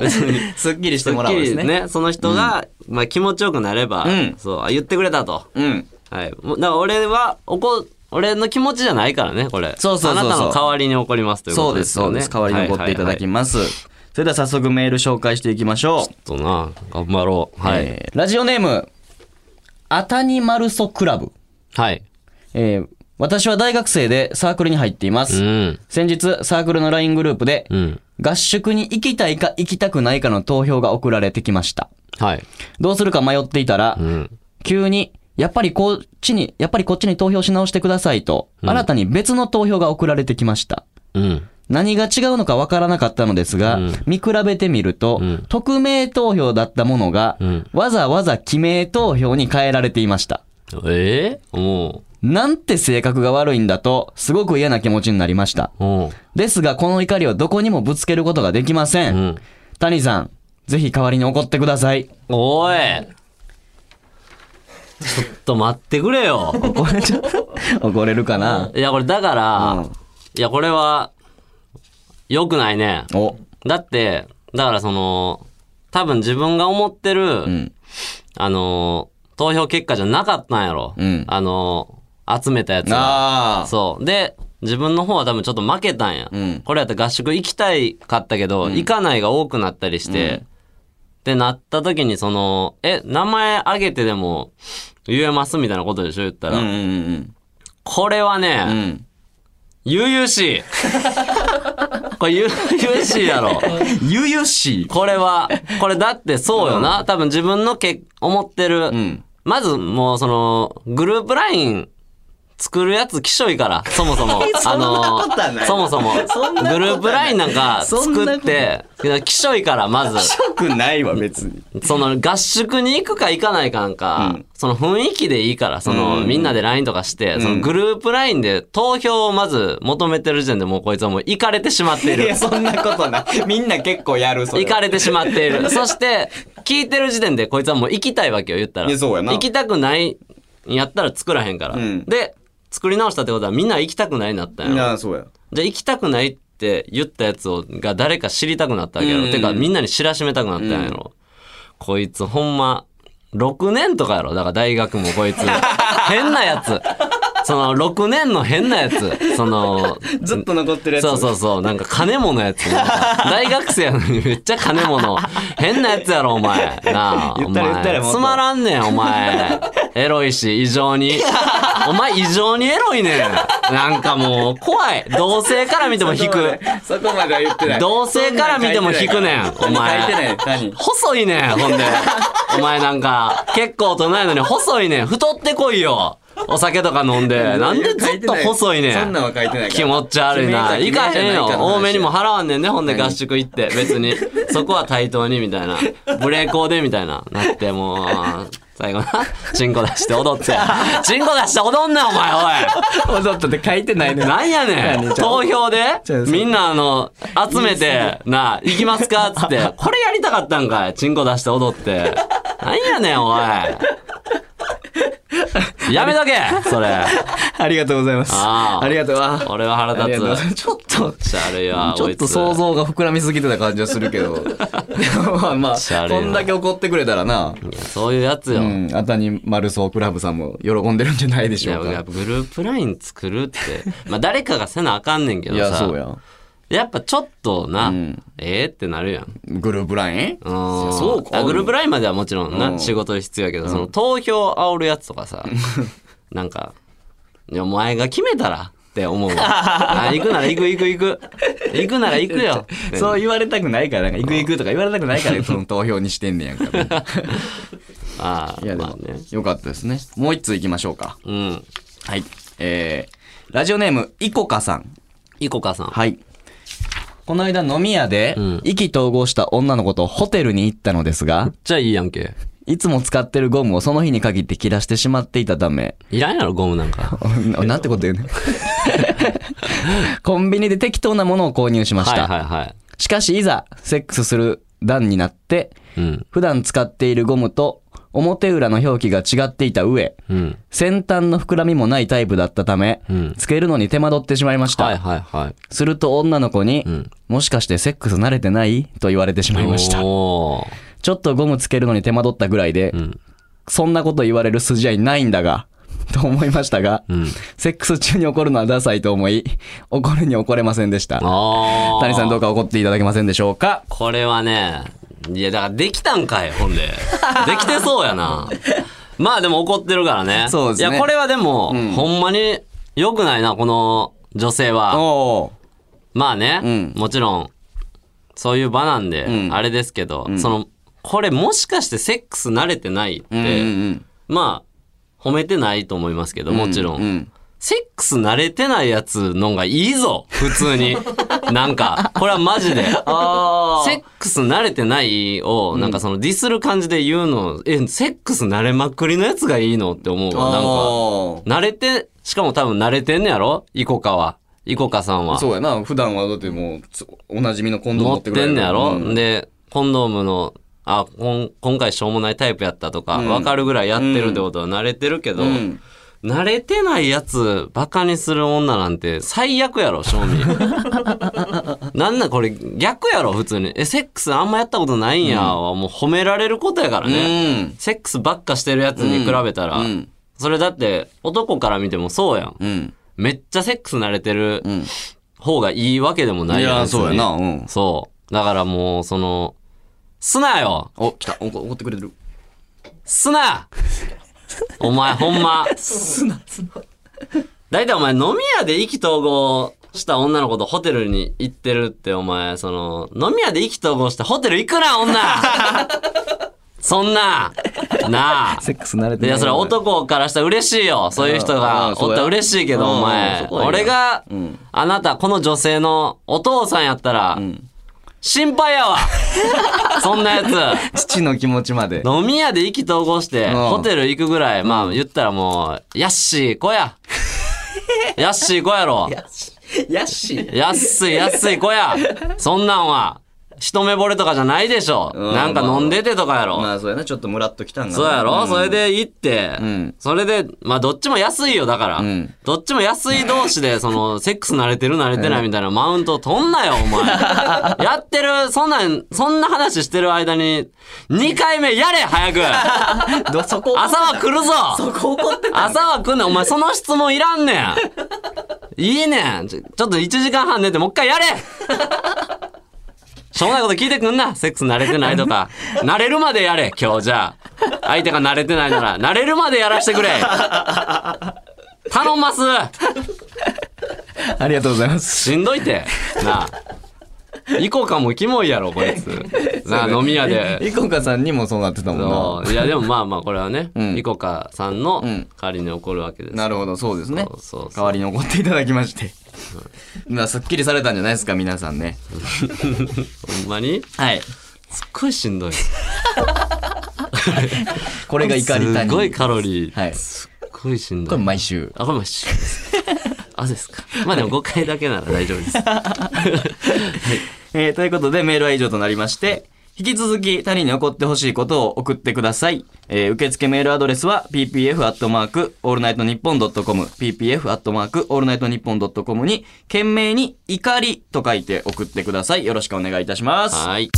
Speaker 1: 別に。
Speaker 2: すっきりし
Speaker 1: す
Speaker 2: て
Speaker 1: っ
Speaker 2: もら
Speaker 1: き
Speaker 2: おうで
Speaker 1: り
Speaker 2: すね。
Speaker 1: ね、その人が、まあ気持ちよくなれば、
Speaker 2: うん
Speaker 1: そう、あ言ってくれたと。
Speaker 2: うん。
Speaker 1: はい。もうだから俺は、怒、俺の気持ちじゃないからね、これ。
Speaker 2: そうそうそうそう
Speaker 1: あなたの代わりに怒りますというこ
Speaker 2: そう
Speaker 1: と
Speaker 2: で、
Speaker 1: ですすよ
Speaker 2: そう
Speaker 1: ね。
Speaker 2: です。代わりに怒っていただきます。それでは早速メール紹介していきましょ
Speaker 1: す。とな、頑張ろう。
Speaker 2: う。
Speaker 1: はい。
Speaker 2: えーラジオネーム、アタニマルソクラブ。
Speaker 1: はい。
Speaker 2: えー私は大学生でサークルに入っていま
Speaker 1: う
Speaker 2: す。
Speaker 1: ん。
Speaker 2: 先日、サークルの LINE グループで、
Speaker 1: うん。
Speaker 2: 合宿に行きたいか行きたくないかの投票が送られてきました。
Speaker 1: はい。
Speaker 2: どうするか迷っていたら、
Speaker 1: うん。
Speaker 2: 急に、やっぱりこっちに、やっぱりこっちに投票し直してくださいと、新たに別の投票が送られてきました。
Speaker 1: うん。
Speaker 2: 何が違うのかわからなかったのですが、見比べてみると、
Speaker 1: ん
Speaker 2: 匿名投票だったものが、
Speaker 1: ん
Speaker 2: わざわざ記名投票に変えられていました。
Speaker 1: ええも
Speaker 2: なんて性格が悪いんだと、すごく嫌な気持ちになりました。
Speaker 1: う、も
Speaker 2: ですが、この怒りをどこにもぶつけることができません。
Speaker 1: う、うん。
Speaker 2: 谷さん、ぜひ代わりに怒ってくださ い。
Speaker 1: おいちょっと待ってくれ よ。
Speaker 2: 怒れちゃ怒れるかない
Speaker 1: や、これだから、
Speaker 2: うん
Speaker 1: いや、これは、良くないね。
Speaker 2: お、
Speaker 1: だって、だからその、多分自分が思ってる、
Speaker 2: ん
Speaker 1: あの、投票結果じゃなかったんやろ。
Speaker 2: うん
Speaker 1: あの、集めたやつが。
Speaker 2: ああ、
Speaker 1: そう。で、自分の方は多分ちょっと負けたんや。
Speaker 2: うん
Speaker 1: これやったら合宿行きたいかったけど、行かないが多くなったりして、ってなった時にその、え、名前挙げてでも言えますみたいなことでしょ言ったら。
Speaker 2: うんうん
Speaker 1: これはね、
Speaker 2: うん。うん。
Speaker 1: 悠々し い。これ悠々しいやろ。
Speaker 2: ゆゆしい。
Speaker 1: これは、これだってそうよな。多分自分のけ思ってる、
Speaker 2: うん。
Speaker 1: まずもうその、グループライン作るやつきしょいから、そもそ も。あの
Speaker 2: ことはない
Speaker 1: そもそも。グループラインなんか
Speaker 2: そんなこと
Speaker 1: 作って、きしょいから、まず。
Speaker 2: よくないわ、別に。
Speaker 1: その合宿に行くか行かないかなんか、
Speaker 2: うん
Speaker 1: その雰囲気でいいから、その、
Speaker 2: うん
Speaker 1: みんなで LINE とかして、そのグループ LINE で投票をまず求めてる時点でもうこいつはもう行かれてしまってい
Speaker 2: い
Speaker 1: る
Speaker 2: や、。そんなことない。みんな結構やる、それ
Speaker 1: 行
Speaker 2: は。
Speaker 1: かれてしまってい る。そして、聞いてる時点でこいつはもう行きたいわけよ、言ったら。
Speaker 2: いやそうやな
Speaker 1: 行きたくないんやったら作らへんから。
Speaker 2: うん
Speaker 1: で、作り直したってことはみんな行きたくないなったんやろ。
Speaker 2: なあ、そうや。
Speaker 1: じゃあ行きたくないって言ったやつをが誰か知りたくなったわけやろ。
Speaker 2: うん
Speaker 1: てかみんなに知らしめたくなったんやろ。こいつほんま、6年とかやろ。だから大学も こいつ。変なやつ。その6年の変なやつ。その、
Speaker 2: ずっと残ってるやつ。
Speaker 1: そうそうそう。なんか金物やつ。なんか大学生やのにめっちゃ金物。変なやつやろ、お前。なあ。
Speaker 2: 言ったら
Speaker 1: お前
Speaker 2: 言ったらもっ
Speaker 1: つ
Speaker 2: と
Speaker 1: まらんねん、お前。エロいし、異常に。お前、異常にエロいねん。なんかもう、怖い。同性から見ても引く。
Speaker 2: そこまでは言ってない。
Speaker 1: 同性から見ても引くねん、お前。
Speaker 2: 書いてない。何
Speaker 1: 細いねん、ほんで。お前なんか、結構大人やのに細いねん。太ってこいよ。お酒とか飲んで。なんでずっと細いねん。
Speaker 2: そんなんは書いてないから。
Speaker 1: 気持ち悪いな。
Speaker 2: 君
Speaker 1: 行
Speaker 2: じゃ
Speaker 1: かへんよ
Speaker 2: 君じゃないから。の話
Speaker 1: 多めにも払わんねんね。ほんで
Speaker 2: 何
Speaker 1: 合宿行って。別に。そこは対等にみたいな。ブレーコーでみたいな。なってもう、最後な。チンコ出して踊って。チンコ出して踊んな、お前、
Speaker 2: 踊ったって書いてない
Speaker 1: おい。
Speaker 2: ね。
Speaker 1: なんやねん。投票で
Speaker 2: ちょ、
Speaker 1: みんなあの、集めて、な、行きますかつって。これやりたかったんかい。チンコ出して踊って。なんやねん、おい。やめとけ、それ。
Speaker 2: ありがとうございます。
Speaker 1: あー
Speaker 2: ありがとう。あー
Speaker 1: 俺は腹
Speaker 2: あり
Speaker 1: 立
Speaker 2: がとうございます
Speaker 1: つ。
Speaker 2: ちょっと。
Speaker 1: ちゃるいわ、
Speaker 2: ちょっと
Speaker 1: こいつ
Speaker 2: 想像が膨らみすぎてた感じはするけど。 でもまあま
Speaker 1: シャ
Speaker 2: あ、
Speaker 1: レな
Speaker 2: こんだけ怒ってくれたらな。
Speaker 1: いやそういうやつ
Speaker 2: う
Speaker 1: よ。
Speaker 2: ん。あたにマルソークラブさんも喜んでるんじゃないで
Speaker 1: い
Speaker 2: し
Speaker 1: や
Speaker 2: ょう
Speaker 1: やっ
Speaker 2: か。
Speaker 1: ぱグループライン作るって。 まあ誰かがせなあかんねんけど
Speaker 2: い
Speaker 1: さ。
Speaker 2: や、そうや。
Speaker 1: やっぱちょっとな、
Speaker 2: ん
Speaker 1: ええってなるやん。うん
Speaker 2: グループライン
Speaker 1: そうか。グループラインまではもちろんな、
Speaker 2: うん
Speaker 1: 仕事で必要やけど、その投票煽るやつとか さ、なんか、いやお前が決めたらって思うわ。あ 行くなら行く行く行く。行くなら行くよ。
Speaker 2: そう言われたくないから、なんか、行く行くとか言われたくな いから、その投票にしてんねやんか。
Speaker 1: ああ、
Speaker 2: いや、で
Speaker 1: ま
Speaker 2: も
Speaker 1: あね。、
Speaker 2: よかったですね。もう一通行きましょうか。
Speaker 1: うん。
Speaker 2: はい。えー、ラジオネーム、いこかさん。
Speaker 1: いこかさん。
Speaker 2: はい。この間飲み屋で
Speaker 1: うん、
Speaker 2: 意気投合した女の子とホテルに行ったのですが、
Speaker 1: じゃあいいやんけ。
Speaker 2: いつも使ってるゴムをその日に限って切らしてしまっていたため、
Speaker 1: いらんやろ、ゴム なん か。
Speaker 2: ななんてこと言うねん コンビニで適当なものを購入しまし
Speaker 1: は
Speaker 2: た。
Speaker 1: いはいはい。
Speaker 2: しかしいざ、セックスする段になって、
Speaker 1: うん。
Speaker 2: 普段使っているゴムと表裏の表記が違っていた上、
Speaker 1: うん。
Speaker 2: 先端の膨らみもないタイプだったため、
Speaker 1: うん
Speaker 2: つけるのに手間取ってしまいました。
Speaker 1: はいはいはい。
Speaker 2: すると女の子に、
Speaker 1: ん
Speaker 2: もしかしてセックス慣れてないと言われてしまいました。
Speaker 1: おー
Speaker 2: ちょっとゴムつけるのに手間取ったぐらいで、
Speaker 1: ん
Speaker 2: そんなこと言われる筋合いないんだが、と思いましたが、
Speaker 1: ん
Speaker 2: セックス中に怒るのはダサいと思い、怒るに怒れませんでした。
Speaker 1: あー
Speaker 2: 谷さんどうか怒っていただけませんでしょうか
Speaker 1: これはね、いやだからできたんかい、ほんで。できてそうや な。まあでも怒ってるからね。
Speaker 2: そうですね
Speaker 1: いや、これはでも、
Speaker 2: ん
Speaker 1: ほんまに良くないな、この女性は。
Speaker 2: おー
Speaker 1: まあね、
Speaker 2: うん
Speaker 1: もちろん、そういう場なんで、
Speaker 2: うん
Speaker 1: あれですけど、その、これもしかしてセックス慣れてないって、
Speaker 2: うんうん
Speaker 1: まあ、褒めてないと思いますけど、
Speaker 2: うん
Speaker 1: もちろ
Speaker 2: うん
Speaker 1: セックス慣れてないやつのんがいいぞ普通 に。なんか、これはマジで。セックス慣れてないを、なんかそのディスる感じで言うの、え、セックス慣れまくりのやつがいいのって思うわ。な
Speaker 2: あー
Speaker 1: んか、慣れて、しかも多分慣れてんねやろイコカは。イコカさんは。
Speaker 2: そうやな。普段はだってもうつ、おなじみのコンドーム
Speaker 1: 持
Speaker 2: 持
Speaker 1: っ
Speaker 2: ってくれ
Speaker 1: て
Speaker 2: る
Speaker 1: んねやろ、
Speaker 2: うん
Speaker 1: で、コンドームの、あ、こん今回しょうもないタイプやったとか、わ、かるぐらいやってるってことは慣れてるけど、
Speaker 2: うん
Speaker 1: 慣れてないやつバカにする女なんて最悪やろ、 正味。なんだこれ逆やろ、普通に。え、セックスあんまやったことないんやは、もう褒められることやからね。
Speaker 2: うん。
Speaker 1: セックスばっかしてるやつに比べたら、
Speaker 2: うん
Speaker 1: それだって男から見てもそうやん。
Speaker 2: うん。
Speaker 1: めっちゃセックス慣れてる
Speaker 2: ん
Speaker 1: 方がいいわけでもないいやん。
Speaker 2: や、
Speaker 1: 別に
Speaker 2: そうやな。うん。
Speaker 1: そう。だからもう、その、すなよ
Speaker 2: お、来た。お怒ってく れてる。
Speaker 1: すなお前ほんま。すな、すな。だいたいお前飲み屋で意気投合した女の子とホテルに行 ってるってお前、その、飲み屋で意気投合してホテル行くな、女そんな、なあ。
Speaker 2: セックス慣れて
Speaker 1: いや、それは男からしたら嬉しいよ。そういう人
Speaker 2: う
Speaker 1: が
Speaker 2: んそう
Speaker 1: お
Speaker 2: や
Speaker 1: ったら嬉しいけど、
Speaker 2: うん
Speaker 1: お前
Speaker 2: そ。こはいいよ
Speaker 1: 俺が
Speaker 2: うん、
Speaker 1: あなた、この女性のお父さんやったら
Speaker 2: ん、
Speaker 1: 心配 やわ。そんなやつ。
Speaker 2: 父の気持ちまで
Speaker 1: 飲み屋で意気投合して、
Speaker 2: うん
Speaker 1: ホテル行くぐらい、まあ言ったらもう、ヤッシー子 や。ヤッシー子やろ。
Speaker 2: やっしー
Speaker 1: 安い安い子や。そんなんは、一目惚れとかじゃないでしょ。
Speaker 2: うん
Speaker 1: なんか飲んでてとかやろ。
Speaker 2: まあそうやなちょっとムラっときたんだ
Speaker 1: そうやろ、それで行って、
Speaker 2: うん
Speaker 1: それで、まあどっちも安いよ、だから。
Speaker 2: うん
Speaker 1: どっちも安い同士で、 その、セックス慣れてる慣れてないみたいなマウント取んなよ、お 前。やってる、そんなん、そんな話してる間に、2回目やれ、早く
Speaker 2: どそこ
Speaker 1: 朝は来るぞ
Speaker 2: こ怒って
Speaker 1: 朝は来んねん、お前その質問いらんねんいいねんちょちょっと1時間半寝てもう一回やれしょうもないこと聞いてくんな。セックス慣れてないと か。慣れるまでやれ、今日じゃあ。相手が慣れてないなら、慣れるまでやらしてくれ。頼んます。
Speaker 2: ありがとうございます
Speaker 1: しんどいて。なあ。イコカもキモいやろ、こ いつ。なあ、飲み屋 で。
Speaker 2: いこかさんにもそうなってたもん
Speaker 1: そ
Speaker 2: な
Speaker 1: ういや、でもまあまあ、これはね、
Speaker 2: ん
Speaker 1: イコカさんの
Speaker 2: ん
Speaker 1: 代わりに起こるわけです。
Speaker 2: なるほどそうですね
Speaker 1: そうそうそう
Speaker 2: 代わりに怒っていただきましてまあすっきりされたんじゃないですか皆さんね
Speaker 1: ほんまに
Speaker 2: はい
Speaker 1: すっごいしんどい。
Speaker 2: これが怒りた
Speaker 1: すごいカロリー。
Speaker 2: はい
Speaker 1: すっごいしん
Speaker 2: こ
Speaker 1: ど
Speaker 2: れ
Speaker 1: い。
Speaker 2: 毎週
Speaker 1: あ、これもし。あ、そうですか。まあでも5回だけなら大丈夫です。
Speaker 2: えーということでメールは以上となりまして、引き続き他人に怒ってほしいことを送ってください。えー受付メールアドレスは ppf アットマークオールナイトニッポンドットコム ppf アットマークオールナイトニッポンドットコムに懸命に怒りと書いて送ってください。よろしくお願いいたします。
Speaker 1: はい。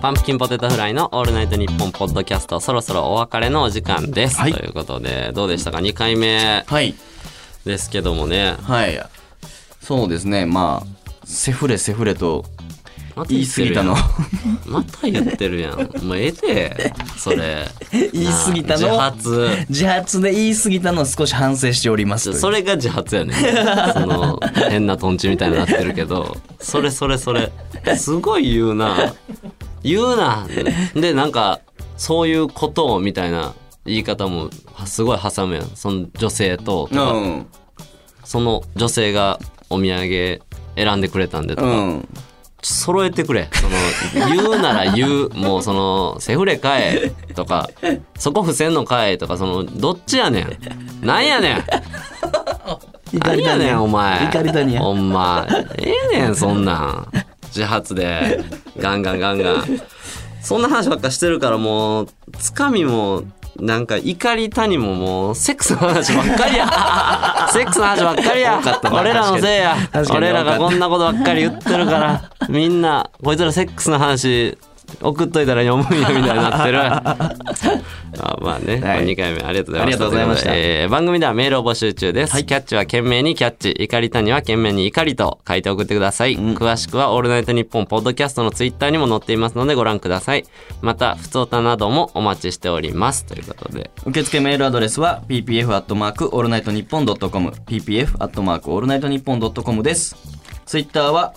Speaker 1: パンプキンポテトフライのオールナイトニッポンポッドキャスト、そろそろお別れのお時間です。
Speaker 2: はい
Speaker 1: ということで、どうでしたか ?2 回目
Speaker 2: はい。
Speaker 1: ですけどもね。
Speaker 2: はい。そうですね。まあ、セフレセフレと
Speaker 1: また言
Speaker 2: 言い
Speaker 1: っ
Speaker 2: 過
Speaker 1: てる
Speaker 2: ぎ
Speaker 1: や
Speaker 2: た
Speaker 1: ん
Speaker 2: の。
Speaker 1: また言ってるやん。もうええて、それ。
Speaker 2: 言い過ぎたの
Speaker 1: なあ自発。
Speaker 2: 自発で言い過ぎたのを少し反省しておりま
Speaker 1: ち
Speaker 2: す
Speaker 1: ょ
Speaker 2: という。
Speaker 1: それが自発や ねその変なトンチみたいになってるけどそれそれそれすごい言うな言うなでなんかそういうことをみたいな言い方もはすごい挟むやんその女性ととか
Speaker 2: うん。
Speaker 1: その女性がお土産選んでくれたんでとか、
Speaker 2: うん。
Speaker 1: ちょ揃えてくれその言うなら言うもうそのセフレかえとかそこ伏せんのかえとかそのどっちやねんなんやねん
Speaker 2: 怒
Speaker 1: 何
Speaker 2: りだ
Speaker 1: やねんお前
Speaker 2: 怒りだにゃ
Speaker 1: ほんまええねんそんなん自発でガンガンガンガンそんな話ばっかしてるからもうつかみもなんか怒り谷ももうセックスの話ばっかり やセックスの話ばっかりや
Speaker 2: 多かったな
Speaker 1: 俺らのせいや
Speaker 2: 確かに
Speaker 1: 俺ら
Speaker 2: 多
Speaker 1: が
Speaker 2: かった
Speaker 1: こんなことばっかり言ってるからみんなこいつらセックスの話送っといたら読むんやみたいになってる まあまあね、
Speaker 2: はい
Speaker 1: 2回目ありがとうございます
Speaker 2: ありがとうございました
Speaker 1: ということでえー番組ではメールを募集中です。キャッチは懸命にキャッチ、怒り谷は懸命に怒りと書いて送ってください。詳しくはオールナイトニッポンポッドキャストのツイッターにも載っていますのでご覧ください。また、ふつおたなどもお待ちしております。ということで。
Speaker 2: 受付メールアドレスは ppf アットマークオールナイトニッポンドットコム ppf アットマークオールナイトニッポンドットコムです。ツイッターは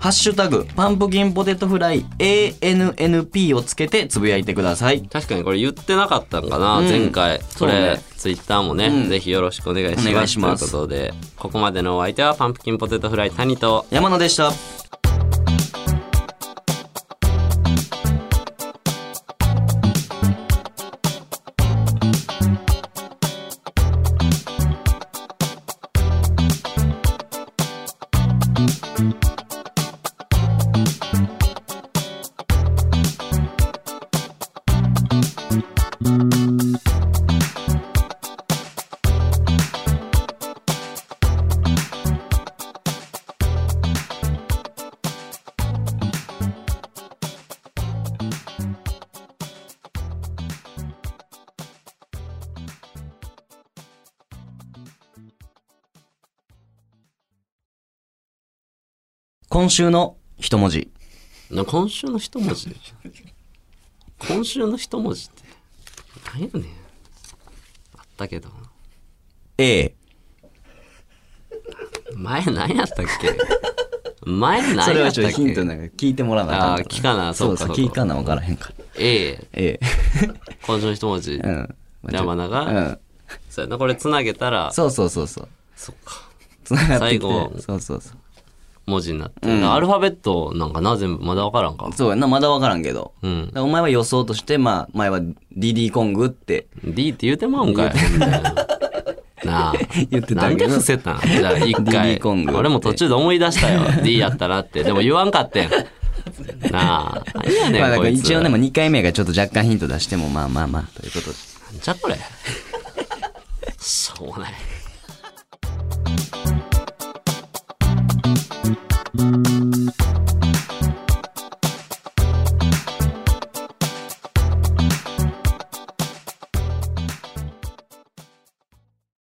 Speaker 2: ハッシュタグパンプキンポテトフライ ANNP をつけてつぶやいてください。
Speaker 1: 確かにこれ言ってなかったんかな、
Speaker 2: うん
Speaker 1: 前回。こ
Speaker 2: そう
Speaker 1: れ、
Speaker 2: ね
Speaker 1: ツイッターもね、
Speaker 2: うん
Speaker 1: ぜひよろしくお願いします。
Speaker 2: お願いします
Speaker 1: ということで、ここまでのお相手はパンプキンポテトフライ谷と、
Speaker 2: 山野でした。今週の一文字。
Speaker 1: な今週の一文字今週の一文字って何やねんあったけど
Speaker 2: A。
Speaker 1: 前何やったっけ前何やったっけ
Speaker 2: それはちょっとヒントなんか聞いてもらわなあん
Speaker 1: あー聞かな
Speaker 2: そ
Speaker 1: そううか
Speaker 2: そう
Speaker 1: そうか
Speaker 2: 聞かな分からへんから
Speaker 1: ええ
Speaker 2: え
Speaker 1: 漢字の一文字、
Speaker 2: えうん
Speaker 1: 山名が
Speaker 2: うん
Speaker 1: そうやなこれつなげたら
Speaker 2: そうそうそうそう
Speaker 1: そっか
Speaker 2: つながってきて
Speaker 1: 最後
Speaker 2: そうそうそう
Speaker 1: 文字になって、アルファベットなんかな全部まだ分からんか
Speaker 2: そうやなまだ分からんけど、
Speaker 1: うん
Speaker 2: だからお前は予想としてまあ前は DD コングって
Speaker 1: D って言うてまうんかいなあ
Speaker 2: 言ってた
Speaker 1: なん
Speaker 2: け
Speaker 1: で
Speaker 2: ど
Speaker 1: 伏せたんじゃ あ一
Speaker 2: DD
Speaker 1: 回
Speaker 2: コング
Speaker 1: 俺も途中で思い出したよ D やったなってでも言わんか ってんなあ何やねん、
Speaker 2: まあだか
Speaker 1: こ
Speaker 2: ら
Speaker 1: いつ
Speaker 2: 一応ねもう2回目がちょっと若干ヒント出してもまあまあまあということで
Speaker 1: なんじゃこれしょうもない